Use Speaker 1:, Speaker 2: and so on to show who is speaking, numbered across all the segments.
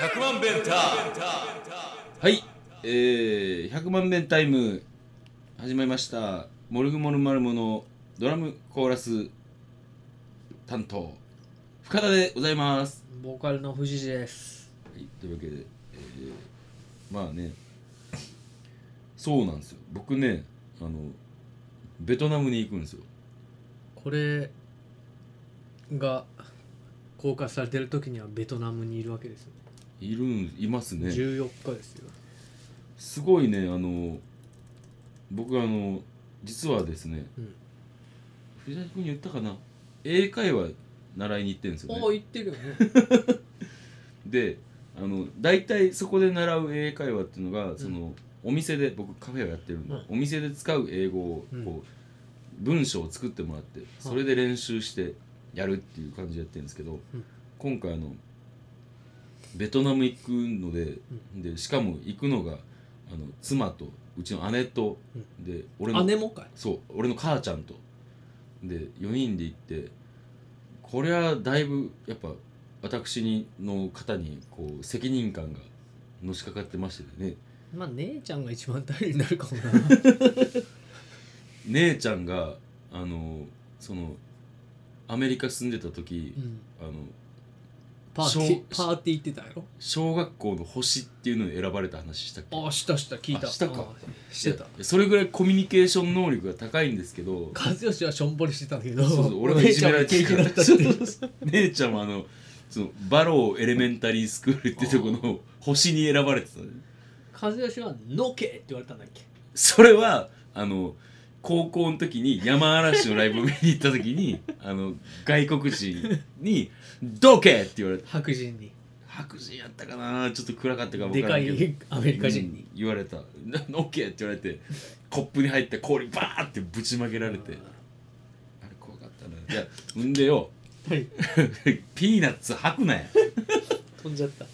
Speaker 1: 100万弁タ
Speaker 2: はい、えー、100万遍タイム始まりました。モルグモルマルモのドラムコーラス担当、深田でございます。
Speaker 3: ボーカルの藤井です。
Speaker 2: はい、というわけで、えー、まあね、そうなんですよ。僕ね、あの、ベトナムに行くんですよ。
Speaker 3: これが公開されてる時にはベトナムにいるわけですよ、
Speaker 2: いるん、いますね。
Speaker 3: 14日ですよ。
Speaker 2: すごいねあの僕あの実はですね、
Speaker 3: うん
Speaker 2: 藤崎君に言ったかな英会話習いに行ってるんですよ
Speaker 3: おお
Speaker 2: ね
Speaker 3: 言ってるよね。
Speaker 2: であの大体そこで習う英会話っていうのがその、お店で僕カフェをやってるんで、
Speaker 3: うん
Speaker 2: お店で使う英語を
Speaker 3: うん
Speaker 2: こう、文章を作ってもらってそれで練習してやるっていう感じでやってるんですけど、
Speaker 3: うん
Speaker 2: 今回あのベトナム行くので,、でしかも行くのがあの妻とうちの姉と、で俺の
Speaker 3: 姉もかい。
Speaker 2: そう俺の母ちゃんとで4人で行ってこれはだいぶやっぱ私にの方にこう責任感がのしかかってましてね
Speaker 3: まあ姉ちゃんが一番頼りになるか もな。
Speaker 2: 姉ちゃんがあのそのアメリカ住んでた時
Speaker 3: う、ん、
Speaker 2: あの
Speaker 3: パーティー
Speaker 2: しょう
Speaker 3: パーティー行ってたやろ。
Speaker 2: 小学校の星っていうのに選ばれた話したっけ
Speaker 3: ああしたした聞いた。
Speaker 2: あしたか
Speaker 3: あ。してた
Speaker 2: い。やそれぐらいコミュニケーション能力が高いんですけど
Speaker 3: 和義はしょんぼりしてたんだけど、
Speaker 2: そうそう俺
Speaker 3: お
Speaker 2: がい
Speaker 3: 姉
Speaker 2: じ
Speaker 3: ちゃ
Speaker 2: めら
Speaker 3: んが
Speaker 2: れて
Speaker 3: 経験だったって
Speaker 2: そ
Speaker 3: いう
Speaker 2: そう
Speaker 3: う。
Speaker 2: そう姉ちゃんはあのそのバローエレメンタリースクールってとこの星に選ばれてたね
Speaker 3: 和義はのけって言われたんだっけ。
Speaker 2: それはあの高校の時に山嵐のライブを見に行った時にあの外国人に「どけ!」って言われて
Speaker 3: 白人に
Speaker 2: 白人やったかなちょっと暗かったかも
Speaker 3: でか
Speaker 2: ん
Speaker 3: いアメリカ人に
Speaker 2: うん。言われた「オッケー」って言われてコップに入った氷バーってぶちまけられてあれ怖かったないやんでよ
Speaker 3: はい
Speaker 2: ピーナッツ吐くなや
Speaker 3: 飛んじゃった。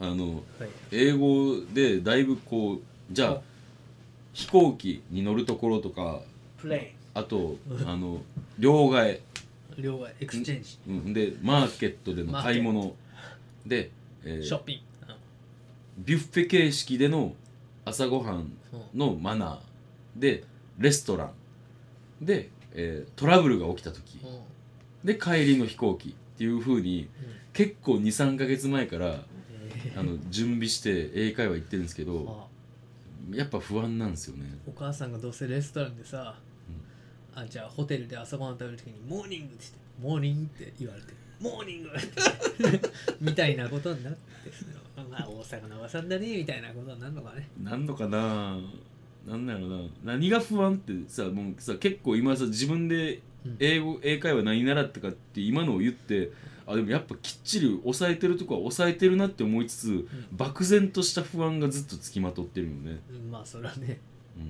Speaker 2: あの
Speaker 3: はい。
Speaker 2: 英語でだいぶこうじゃあ飛行機に乗るところとか
Speaker 3: プレ
Speaker 2: あとあの両替、
Speaker 3: イン両替エクスチェンジ
Speaker 2: うん、でマーケットでの買い物で、えー
Speaker 3: ショッピング。
Speaker 2: ビュッフェ形式での朝ごはん
Speaker 3: うん
Speaker 2: のマナーでレストランで、えートラブルが起きた時
Speaker 3: うんうん
Speaker 2: で帰りの飛行機っていう風に結構23ヶ月前から
Speaker 3: え
Speaker 2: あの準備して英会話行ってるんですけ
Speaker 3: ー
Speaker 2: ど
Speaker 3: あ
Speaker 2: やっぱ不安なんですよね
Speaker 3: お母さんがどうせレストランでさ、あじゃあホテルで朝ごはん食べるときにモーニングって言ってモーニングって言われてモーニングってみたいなことになってそのまあ大阪のおばさんだねみたいなことになるのかね
Speaker 2: なんのかななんだろうな何が不安ってさもうさ結構今さ自分で
Speaker 3: うん
Speaker 2: 英語英会話何習ったかって今のを言ってあでもやっぱきっちり抑えてるとこは抑えてるなって思いつつ、漠然とした不安がずっとつきまとってるよね、
Speaker 3: うんまあそれはね
Speaker 2: う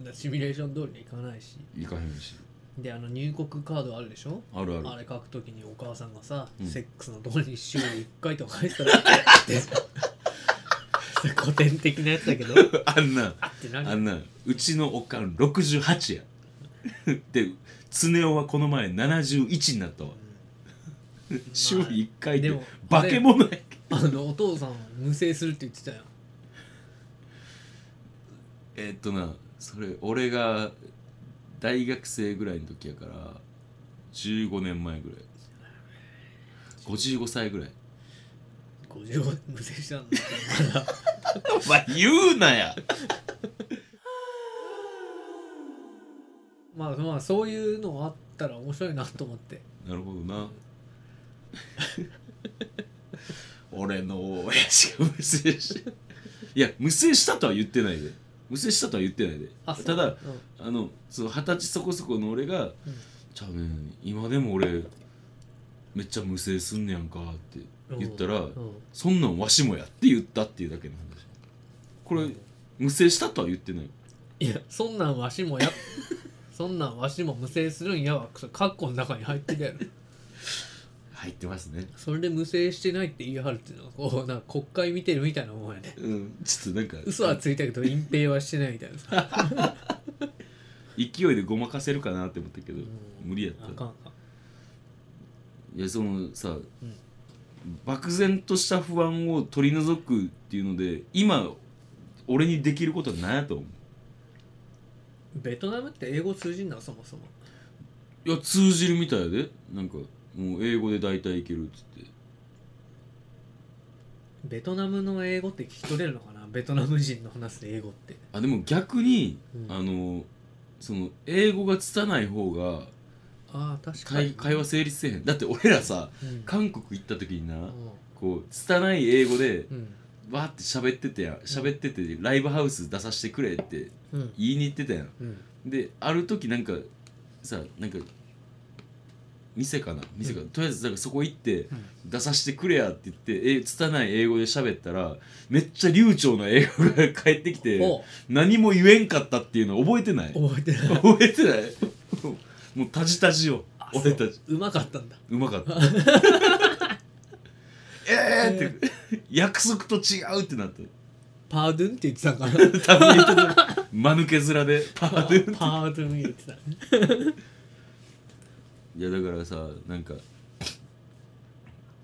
Speaker 3: だからシミュレーション通りにいかないし
Speaker 2: ん、いかへんし
Speaker 3: であの入国カードあるでしょ
Speaker 2: あるある
Speaker 3: あれ書くときにお母さんがさ、
Speaker 2: うん
Speaker 3: セックスのとこに週に1回とか書いて たら って古典的なやつだけど
Speaker 2: あんな
Speaker 3: あってな
Speaker 2: あ
Speaker 3: る
Speaker 2: んなうちのおかん68や で常雄はこの前71になったわ週に1回で
Speaker 3: でも
Speaker 2: 化け物や
Speaker 3: あのお父さんを無制するって言ってたよ
Speaker 2: えーっとなそれ俺が大学生ぐらいの時やから15年前ぐらい55歳ぐらい
Speaker 3: 55無制したんだからまだ
Speaker 2: お前言うなや
Speaker 3: まあまあそういうのがあったら面白いなと思って
Speaker 2: なるほどな俺の親父が無制しいや無制したとは言ってないで無制したとは言ってないで
Speaker 3: あそう
Speaker 2: ただ
Speaker 3: うん
Speaker 2: あのその二十歳そこそこの俺が「じゃあね今でも俺めっちゃ無制すんねやんか」って言ったら
Speaker 3: うんうん
Speaker 2: 「そんなんわしもや」って言ったっていうだけの話これ無制したとは言ってない
Speaker 3: いやそんなんわしもや そんなんわしも無制するんやわそれカッコの中に入ってたよ
Speaker 2: 入ってますね
Speaker 3: それで無制してないって言い張るっていうのはこうなんか国会見てるみたいなもんやね
Speaker 2: うんちょっとなんか
Speaker 3: 嘘はついたけど隠蔽はしてないみたい なさ
Speaker 2: 勢いでごまかせるかなって思ったけど
Speaker 3: うん
Speaker 2: 無理やった
Speaker 3: あかんあかん
Speaker 2: いやそのさ、
Speaker 3: ん
Speaker 2: 漠然とした不安を取り除くっていうので今俺にできることは何やと思
Speaker 3: ベトナムって英語通じんなそもそも
Speaker 2: ういや通じるみたいやでなんかもう英語で大体いけるっつって
Speaker 3: ベトナムの英語って聞き取れるのかなベトナム人の話す英語って
Speaker 2: あでも逆に、
Speaker 3: うん
Speaker 2: あのその英語が拙い方が
Speaker 3: ああ確か
Speaker 2: 会,、
Speaker 3: に
Speaker 2: 会話成立せえへんだって俺らさ
Speaker 3: うん
Speaker 2: 韓国行った時にな、
Speaker 3: うん
Speaker 2: こう拙い英語で
Speaker 3: うん
Speaker 2: わーって喋っててやん喋っててライブハウス出させてくれって
Speaker 3: うん
Speaker 2: 言いに行ってたやん
Speaker 3: うん
Speaker 2: である時なんかさなんか店かな店か、
Speaker 3: うん
Speaker 2: とりあえずなんかそこ行って出させてくれやって言ってえ拙い英語で喋ったらめっちゃ流暢な英語が返ってきて
Speaker 3: お
Speaker 2: 何も言えんかったっていうの覚えてない
Speaker 3: 覚えてない
Speaker 2: 覚えてないもうタジタジよ
Speaker 3: あそう
Speaker 2: 俺たち
Speaker 3: うまかったんだ
Speaker 2: うまかった えーって約束と違うってなった
Speaker 3: パードゥンって言ってたんかな
Speaker 2: 多分言ってた間抜け面でパ
Speaker 3: パ
Speaker 2: ーで
Speaker 3: ードゥン言ってた
Speaker 2: いやだからさなんか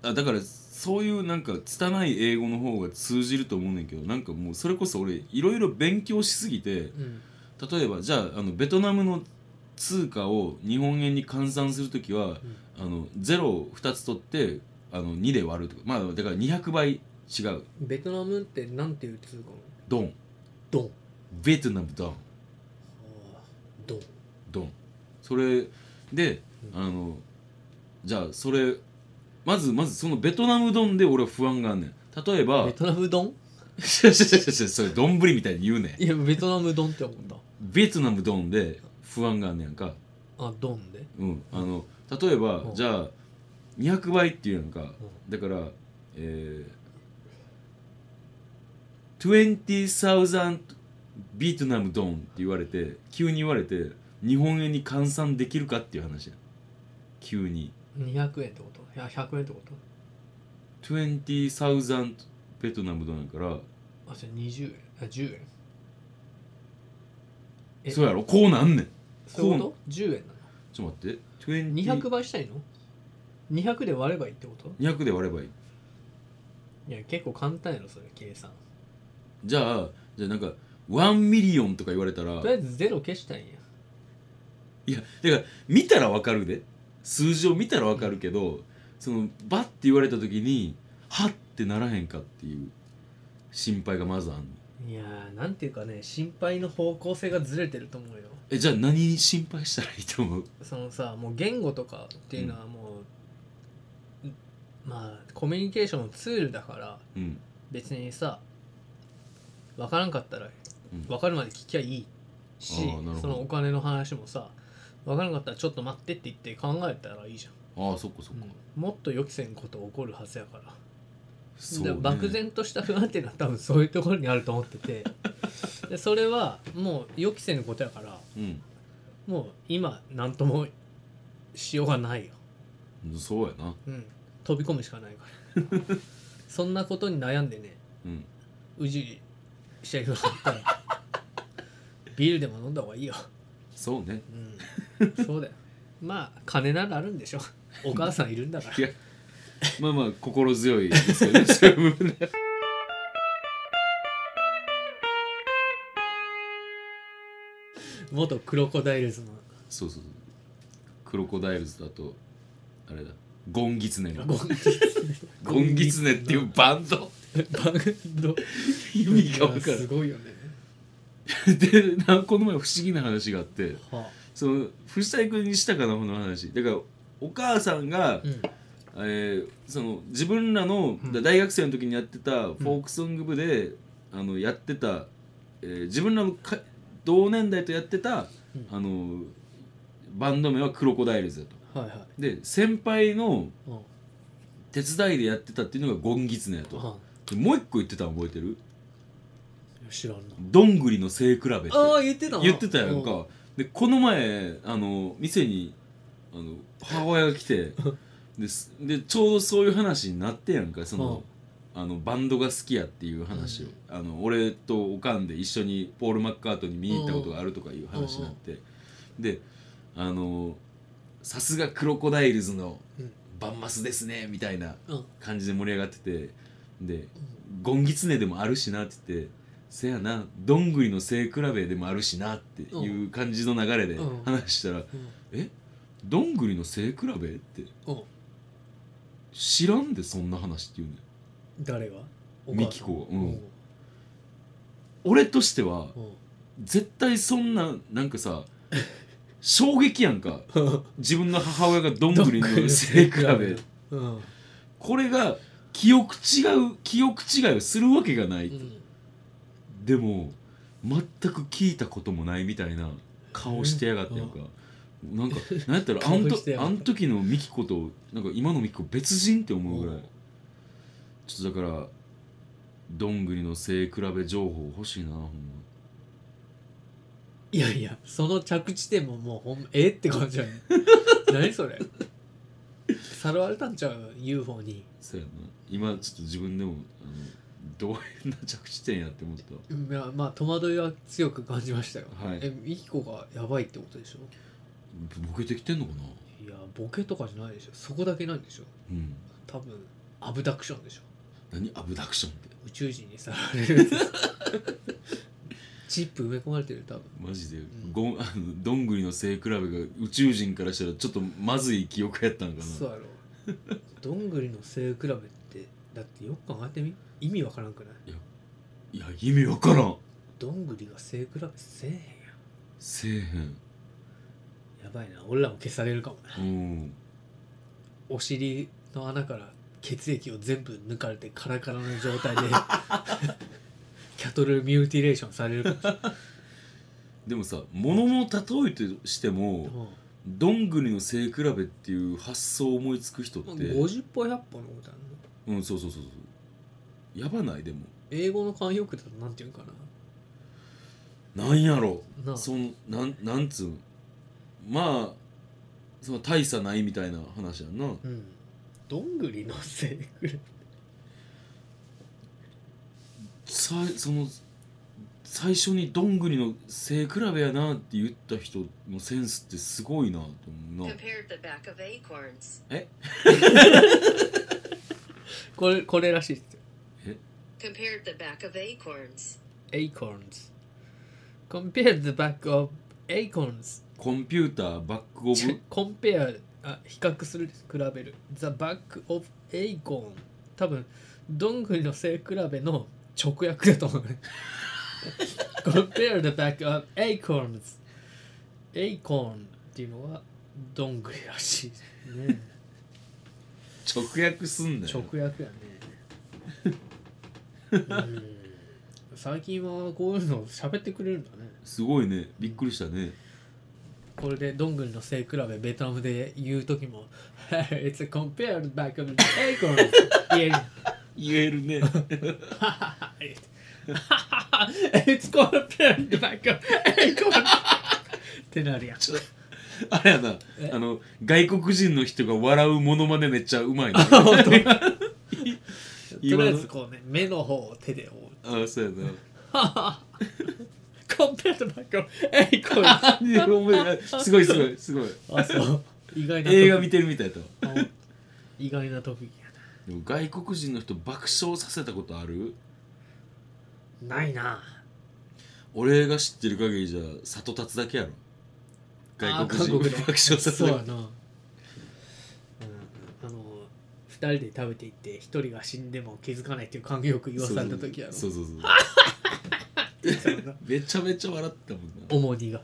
Speaker 2: あだからそういうなんか拙い英語の方が通じると思うねんけどなんかもうそれこそ俺いろいろ勉強しすぎて
Speaker 3: うん
Speaker 2: 例えばじゃああのベトナムの通貨を日本円に換算する時は
Speaker 3: うん
Speaker 2: あの0を2つ取ってあの2で割るとかまあだから200倍違う
Speaker 3: ベトナムってなんていう通貨なの
Speaker 2: ドン
Speaker 3: ドン
Speaker 2: ベトナムドン
Speaker 3: あードン
Speaker 2: ドンそれであのじゃあそれまずまずそのベトナム丼で俺は不安があんねん例えば
Speaker 3: ベトナム丼
Speaker 2: いやいやいやいや それ丼みたいに言うねん
Speaker 3: いやベトナム丼って思った
Speaker 2: ベトナム丼で不安があんねやんか
Speaker 3: あドンで
Speaker 2: うんあの例えば
Speaker 3: うん
Speaker 2: じゃあ200倍っていうやんかだからえー、20,000ベトナム丼って言われて急に言われて日本円に換算できるかっていう話やん急に
Speaker 3: 200円ってこといや100円ってこと
Speaker 2: 20,000ベトナム丼やから
Speaker 3: あじゃあ20円あ10円え
Speaker 2: そうやろこうなんねん
Speaker 3: そういうこと ?10 円なの
Speaker 2: ちょっと待って20
Speaker 3: 200倍したいの ?200 で割ればいいってこと
Speaker 2: 200で割ればいい
Speaker 3: いや結構簡単やろそれ計算
Speaker 2: じゃあじゃあなんか1ミリオンとか言われたら
Speaker 3: とりあえずゼロ消したいんや
Speaker 2: いやだから見たらわかるで数字を見たらわかるけどそのバッて言われた時にはってならへんかっていう心配がまずあんの
Speaker 3: いやーなんていうかね心配の方向性がずれてると思うよ
Speaker 2: えじゃあ何に心配したらいいと思う
Speaker 3: そのさもう言語とかっていうのはもう、まあコミュニケーションのツールだから
Speaker 2: うん
Speaker 3: 別にさ分からんかったら
Speaker 2: うん
Speaker 3: 分かるまで聞きゃいいし、
Speaker 2: あーなるほど
Speaker 3: そのお金の話もさ分からんかったらちょっと待ってって言って考えたらいいじゃん、
Speaker 2: ああそっかそっか、
Speaker 3: うんもっと予期せんこと起こるはずやから
Speaker 2: そう
Speaker 3: で
Speaker 2: ね
Speaker 3: 漠然とした不安っていうのは多分そういうところにあると思っ ててでそれはもう予期せぬことやから
Speaker 2: う
Speaker 3: もう今何ともしようがないよ、
Speaker 2: んそうやな
Speaker 3: うん、飛び込むしかないからそんなことに悩んでね
Speaker 2: うん
Speaker 3: うじうじしちゃいそうだっ たらビールでも飲んだ方がいいよ、
Speaker 2: そうね
Speaker 3: うん、そうだよまあ金ならあるんでしょお母さんいるんだから
Speaker 2: いやまあまあ心強いです よねそういう部分で
Speaker 3: 元クロコダイルズの
Speaker 2: そうそうそうクロコダイルズだとあれだゴンギツネの
Speaker 3: ゴンギツネ
Speaker 2: ゴンギツネっていうバンド
Speaker 3: バンド
Speaker 2: 意味が分か
Speaker 3: いやす
Speaker 2: る
Speaker 3: ごいよね、
Speaker 2: でなんかこの前不思議な話があって
Speaker 3: は
Speaker 2: その藤谷君にしたかなこの話だからお母さんが、
Speaker 3: うん、
Speaker 2: えーその自分らの、
Speaker 3: うん
Speaker 2: だ大学生の時にやってたフォークソング部で、あのやってた、えー自分らのか同年代とやってた、
Speaker 3: うん
Speaker 2: あのバンド名はクロコダイルズだと。
Speaker 3: はいはい
Speaker 2: で先輩の
Speaker 3: うん
Speaker 2: 手伝いでやってたっていうのがゴンギツネやと。でもう一個言ってたの覚えてる
Speaker 3: うん知らんな
Speaker 2: どんぐりの背比べって
Speaker 3: ああ言ってたな
Speaker 2: 言ってたやん
Speaker 3: う
Speaker 2: かでこの前あの店にあの母親が来 てですでちょうどそういう話になってやんかそのあのバンドが好きやっていう話を、あの俺とおかんで一緒にポール・マッカートニー見に行ったことがあるとかいう話になってであのさすがクロコダイルズの
Speaker 3: うん
Speaker 2: バンマスですね」みたいな
Speaker 3: うん
Speaker 2: 感じで盛り上がっててで「ゴンギツネでもあるしな」って言って「せやなどんぐりの背比べでもあるしな」っていう感じの流れで
Speaker 3: うん
Speaker 2: 話したら
Speaker 3: うん
Speaker 2: 「えどんぐりの背比べ?」って
Speaker 3: うん
Speaker 2: 「知らんでそんな話」って言うねん
Speaker 3: 誰が
Speaker 2: ミキコ
Speaker 3: う
Speaker 2: うんん
Speaker 3: うん
Speaker 2: 俺としては
Speaker 3: うん
Speaker 2: 絶対そんななんかさ衝撃やんか自分の母親がどんぐりの背比べ
Speaker 3: うん
Speaker 2: これが記憶違う記憶違いをするわけがない、
Speaker 3: うん
Speaker 2: でも全く聞いたこともないみたいな顔してやがってやんか、なんかなんやったらあん
Speaker 3: 顔
Speaker 2: と
Speaker 3: してやがっ
Speaker 2: あ
Speaker 3: た
Speaker 2: ん時のミキコとなんか今のミキコ別人って思うぐらい
Speaker 3: うん
Speaker 2: ちょっとだからどんぐりの背比べ情報欲しいなほんま
Speaker 3: いやいやその着地点ももうほんまえって感じじゃん 何それさらわれたんちゃう UFO に
Speaker 2: そうやな今ちょっと自分でもあのどういうな着地点やって思ったわ
Speaker 3: いやまあ戸惑いは強く感じましたよ、
Speaker 2: はい
Speaker 3: えミキコがやばいってことでしょ
Speaker 2: ボケてきてんのかない
Speaker 3: やボケとかじゃないでしょそこだけないでしょ
Speaker 2: うん
Speaker 3: 多分アブダクションでしょ
Speaker 2: 何アブダクションって
Speaker 3: 宇宙人にさらわれる チップ埋め込まれてる多分
Speaker 2: マジで、
Speaker 3: ん
Speaker 2: ゴンあのどん ぐりの背比べが宇宙人からしたらちょっとまずい記憶やったんかな
Speaker 3: そうやろどんぐりの背比べってだってよく考えてみ意味わからんくない
Speaker 2: いや意味わからん
Speaker 3: どんぐりが背比べせえへん
Speaker 2: せえ
Speaker 3: やんやばいな俺らも消されるかもな
Speaker 2: へんうん
Speaker 3: お尻の穴から血液を全部抜かれてカラカラの状 態でキャトルミューティレーションされるかもしれない
Speaker 2: でもさ物の例えとしてもどんぐりの背比べっていう発想を思いつく人っ
Speaker 3: うん
Speaker 2: て
Speaker 3: 50歩100歩のことあるの
Speaker 2: うんそうそうそうそうやばないでも
Speaker 3: 英語の慣用句だとなんていうんか
Speaker 2: なんやろ
Speaker 3: ななあ
Speaker 2: そのなんなんつうんまあその大差ないみたいな話やんな
Speaker 3: うんどんぐりの背比べ
Speaker 2: さその最初にどんぐりの背比べやなって言った人のセンスってすごいなと思うな
Speaker 4: Compared the back of acorns.
Speaker 3: これこれらしいですよ
Speaker 4: Compared the back of acorns.
Speaker 3: acorns compare the back of acorns
Speaker 2: コンピューターバックオ
Speaker 3: ちょ
Speaker 2: ブ
Speaker 3: compare あ比較するです比べる the back of acorn 多分どんぐりの背比べの直訳だと思うね compare the back of acorns acorn っていうのはどんぐりらしいですね
Speaker 2: 直訳すんだよ
Speaker 3: 直訳やねうん最近はこういうの喋ってくれるんだね
Speaker 2: すごいねびっくりしたね
Speaker 3: これでどんぐりの背比べベトナムで言う時も 「It's a compared back of the acorns」言える
Speaker 2: 言える ね
Speaker 3: 「It's compared back of acorns」ってなるやん
Speaker 2: あれやな
Speaker 3: え
Speaker 2: あの外国人の人が笑うモノマネめっちゃうまいな
Speaker 3: とり
Speaker 2: 今
Speaker 3: あえ
Speaker 2: の
Speaker 3: ずこうね目の方を手で覆う
Speaker 2: あそうやな
Speaker 3: 「compared back of acorns
Speaker 2: いやお前すごいすごいすごい」
Speaker 3: あそう意外な
Speaker 2: 映画見てるみたいだったわ
Speaker 3: あ意外な特技や
Speaker 2: でも外国人の人爆笑させたことある
Speaker 3: なないな
Speaker 2: 俺が知ってる限りじゃ里達だけやろ外国人
Speaker 3: あー韓国の
Speaker 2: 爆笑させ
Speaker 3: そうや
Speaker 2: た
Speaker 3: な、うん、あの2人で食べていって1人が死んでも気づかないっていう感よく言わされた時やろ
Speaker 2: そうそうそう
Speaker 3: そう な
Speaker 2: めちゃめちゃ笑ってたもんな
Speaker 3: 重荷が、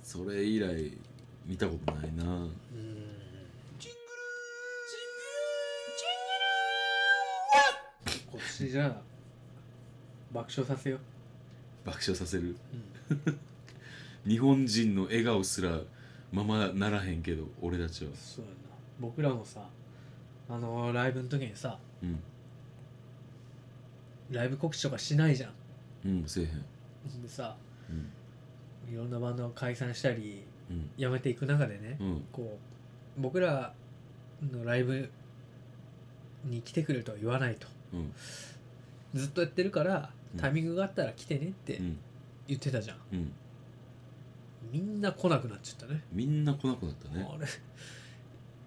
Speaker 2: それ以来見たことないな
Speaker 3: うん、こっちじゃあ爆笑させよう、
Speaker 2: 爆笑させる
Speaker 3: う
Speaker 2: 日本人の笑顔すらままならへんけど俺たちは
Speaker 3: ん、そうやな僕らもさあのライブの時にさ
Speaker 2: うん
Speaker 3: ライブ告知とかしないじゃん
Speaker 2: うんせえへん
Speaker 3: でさ
Speaker 2: うん
Speaker 3: いろんなバンドが解散したり
Speaker 2: うん
Speaker 3: 辞めていく中でね、
Speaker 2: うん
Speaker 3: こう僕らのライブに来てくれとは言わないと
Speaker 2: うん
Speaker 3: ずっとやってるから
Speaker 2: うん
Speaker 3: タイミングがあったら来てねって
Speaker 2: うん
Speaker 3: 言ってたじゃん、
Speaker 2: うん
Speaker 3: みんな来なくなっちゃったね
Speaker 2: みんな来なくなったね
Speaker 3: あ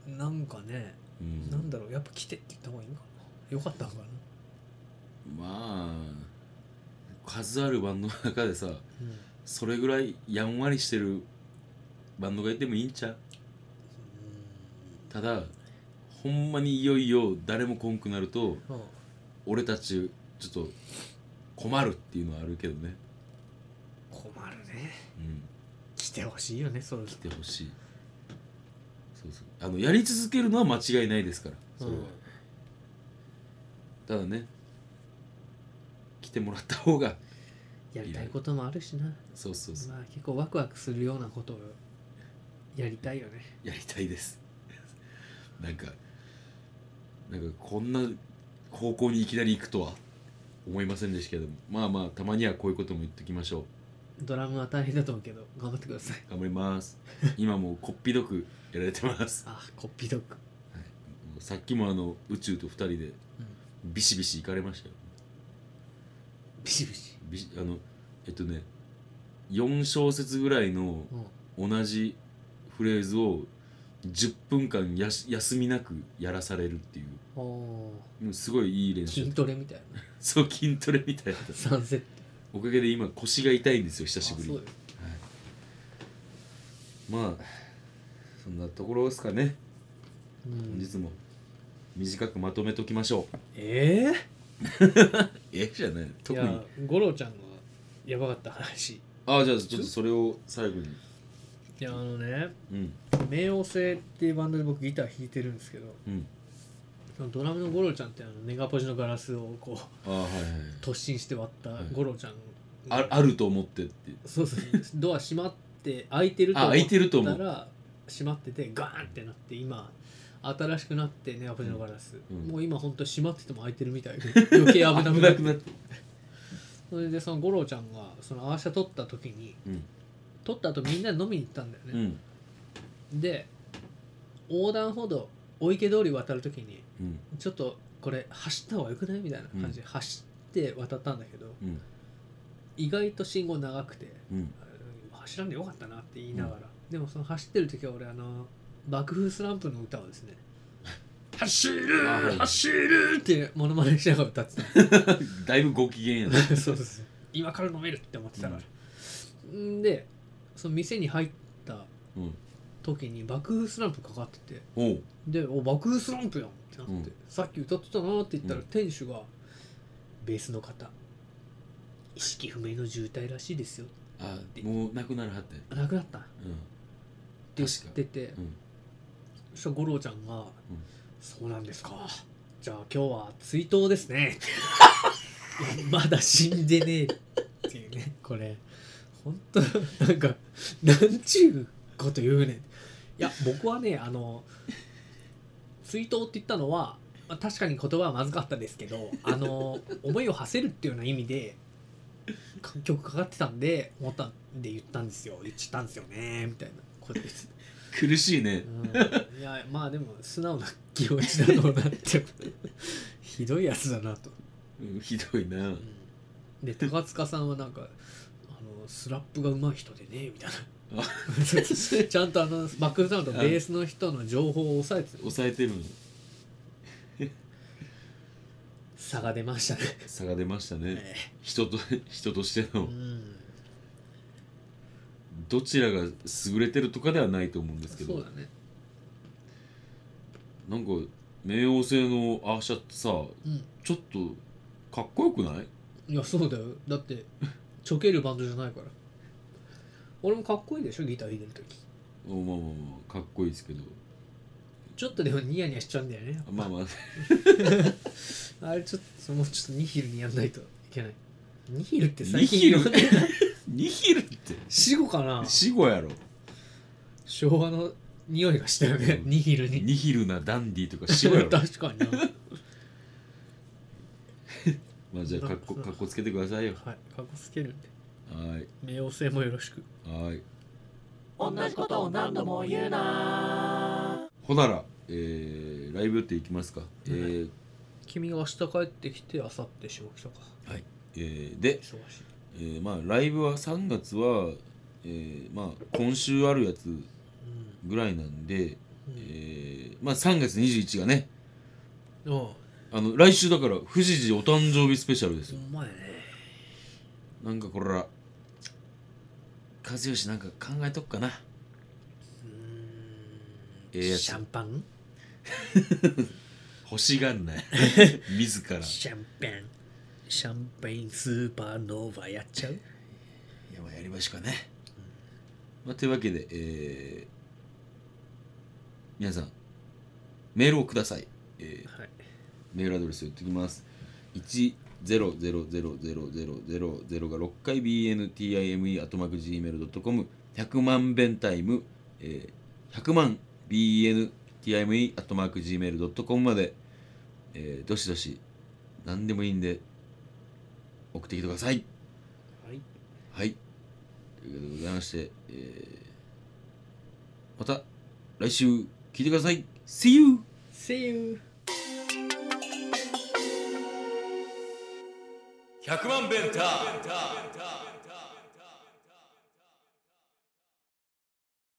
Speaker 3: れなんかね、
Speaker 2: うん
Speaker 3: なんだろうやっぱ来てって言った方がいいのかなよかったのかな、
Speaker 2: まあ数あるバンドの中でさ
Speaker 3: うん
Speaker 2: それぐらいやんわりしてるバンドがいてもいいんちゃうただほんまにいよいよ誰もこんくなると
Speaker 3: うんうん
Speaker 2: 俺たちちょっと困るっていうのはあるけどね、
Speaker 3: 困るね
Speaker 2: うん、
Speaker 3: 来てほしいよねそれ
Speaker 2: 来てほしいそうそうあのやり続けるのは間違いないですからそれは、
Speaker 3: うん
Speaker 2: ただね来てもらった方が
Speaker 3: やりたいこともあるしな
Speaker 2: そうそうそう
Speaker 3: まあ結構ワクワクするようなことをやりたいよね
Speaker 2: やりたいです なんかなんかこんな高校にいきなり行くとは思いませんでしたけどもまあまあたまにはこういうことも言っておきましょ
Speaker 3: ドラムは大変だと思うけど頑張ってくださいう
Speaker 2: 頑張ります今もうこっぴどくやられてます
Speaker 3: あコッピドッ
Speaker 2: も
Speaker 3: グ
Speaker 2: うさっきもあの宇宙と二人でビシビシ行かれましたよ
Speaker 3: ビシビシ
Speaker 2: ビシあのえっとね4小節ぐらいの
Speaker 3: うん
Speaker 2: 同じフレーズを10分間やし休みなくやらされるってい
Speaker 3: お
Speaker 2: うもうすごいいい練
Speaker 3: ー
Speaker 2: 習
Speaker 3: 筋トレみたいな
Speaker 2: そう筋トレみたいだった
Speaker 3: 3セット
Speaker 2: おかげで今腰が痛いんですよ久しぶり
Speaker 3: あ
Speaker 2: に
Speaker 3: そうよ
Speaker 2: まあそんなところですかね
Speaker 3: う
Speaker 2: 本
Speaker 3: ん、
Speaker 2: 日も短くまとめときましょう
Speaker 3: え
Speaker 2: えじゃない
Speaker 3: えい
Speaker 2: 特に
Speaker 3: や五郎ちゃんがやばかった話い
Speaker 2: ああじゃあちょっとそれを最後に
Speaker 3: やあのね
Speaker 2: うん
Speaker 3: 冥王星っていうバンドで僕ギター弾いてるんですけど
Speaker 2: うん
Speaker 3: そのドラムの五郎ちゃんってあのネガポジのガラスをこう
Speaker 2: ああはいはい
Speaker 3: 突進して割った
Speaker 2: い
Speaker 3: 五郎ちゃん
Speaker 2: ああると思ってって
Speaker 3: そうそうドア閉まって開いてると
Speaker 2: あ開いてると思
Speaker 3: 思
Speaker 2: う
Speaker 3: ったら閉まっててガーンってなって今新しくなってネガポジのガラス、
Speaker 2: うん
Speaker 3: もう今本当閉まってても開いてるみたいで 余計危なくな
Speaker 2: なく
Speaker 3: って
Speaker 2: なって
Speaker 3: それでその五郎ちゃんがそのアーシャ撮った時に
Speaker 2: うん
Speaker 3: 撮った後みんなで飲みに行ったんだよ
Speaker 2: う
Speaker 3: ね、
Speaker 2: ん
Speaker 3: で横断歩道お池通り渡る時に
Speaker 2: うん
Speaker 3: ちょっとこれ走った方がよくないみたいな感じで走って渡ったんだけど、
Speaker 2: うん
Speaker 3: 意外と信号長くて
Speaker 2: うん
Speaker 3: あ走らんでよかったなって言いながら、でもその走ってる時は俺あの爆風スランプの歌をですね 走る
Speaker 2: あはい
Speaker 3: 走るっていうモノマネしながら歌ってた
Speaker 2: だいぶご機嫌やな
Speaker 3: そうです今から飲めるって思ってたから、ん、でその店に入った
Speaker 2: うん
Speaker 3: 時に爆風スランプかかってて
Speaker 2: おう
Speaker 3: で「お爆風スランプやん」ってなって、
Speaker 2: うん
Speaker 3: さっき歌ってたなって言ったら、
Speaker 2: うん
Speaker 3: 店主が「ベースの方意識不明の重体らしいですよ
Speaker 2: あもうなくなるはって」
Speaker 3: 亡くなったっ
Speaker 2: うん
Speaker 3: て言
Speaker 2: 確か
Speaker 3: ってて
Speaker 2: うん
Speaker 3: そしたら五郎ちゃんが、
Speaker 2: ん
Speaker 3: そうなんですかじゃあ今日は追悼ですねいやまだ死んでねえっていうねこれ本当なんかなんちゅうこと言うねんいや僕はねあの追悼って言ったのはまあ確かに言葉はまずかったですけどあの思いを馳せるっていうような意味でか曲かかってたんで思ったんで言ったんですよ言っちゃったんですよねみたいなこと言ってて
Speaker 2: 苦しいね
Speaker 3: うんいやまあでも素直な気持ちだろうなってひどいやつだなと、
Speaker 2: うんひどいな
Speaker 3: で高塚さんはなんかあのスラップが上手い人でねみたい
Speaker 2: あ
Speaker 3: な ちゃんとあのバックサウンドとベースの人の情報を抑えて
Speaker 2: 抑えてるの
Speaker 3: 差が出ましたね、
Speaker 2: 差が出ましたね人と 人として
Speaker 3: う
Speaker 2: の
Speaker 3: ん、
Speaker 2: どちらが優れてるとかではないと思うんですけ
Speaker 3: そ
Speaker 2: ど
Speaker 3: うだね
Speaker 2: なんか冥王星のアーシャってさ
Speaker 3: うん
Speaker 2: ちょっとかっこよくない
Speaker 3: いやそうだよだってちょけるバンドじゃないから俺もかっこいいでしょギター弾いてる時
Speaker 2: おまあまあまあかっこいいですけど
Speaker 3: ちょっとでもニヤニヤしちゃうんだよね
Speaker 2: まあまあ
Speaker 3: あれちょっともうちょっとニヒルにやんないといけないニヒルって
Speaker 2: ニ
Speaker 3: 最近
Speaker 2: ヒル
Speaker 3: いろんな
Speaker 2: ニヒルって
Speaker 3: 死後かな
Speaker 2: 死後やろ
Speaker 3: 昭和の匂いがしたよね
Speaker 2: うん
Speaker 3: ニヒルに
Speaker 2: ニヒルなダンディとか死後や
Speaker 3: 確
Speaker 2: ろ
Speaker 3: かになはい
Speaker 2: まあじゃあかっこかっこつけてくださいよ
Speaker 3: かっこつけるんで
Speaker 2: はい
Speaker 3: 冥王星もよろしく
Speaker 2: はい
Speaker 5: 同じことを何度も言うな
Speaker 2: ほならえー、ライブ予定いきますか、えー
Speaker 3: 君が明日帰ってきて明後日下北か
Speaker 2: はいえー、で
Speaker 3: 忙しい
Speaker 2: えーまあライブは3月は、えーまあ今週あるやつぐらいなんで、
Speaker 3: うん、うん
Speaker 2: えーまあ、3月21日がね
Speaker 3: うんほ
Speaker 2: あの来週だから富士寺お誕生日スペシャルですよ
Speaker 3: んまやね
Speaker 2: なんかこれら和義なんか考えとくかな
Speaker 3: うーん
Speaker 2: ええやつ
Speaker 3: シャンパン
Speaker 2: 欲しがんない 自らい
Speaker 3: シャンパンシャンペインスーパーノーバやっちゃう
Speaker 2: やまあやりましょうかね、まあ、というわけで、えー皆さんメールをください、えー
Speaker 3: はい
Speaker 2: メールアドレスを言っておきます。1000000が6回 bntime.gmail.com 100万弁タイム、えー100万 bntime.gmail.com まで、えーどしどし何でもいいんで送ってきてください。
Speaker 3: はい
Speaker 2: はい。ということでございまして、えーまた来週聞いてください。See you!
Speaker 3: See you
Speaker 1: 100万ベンター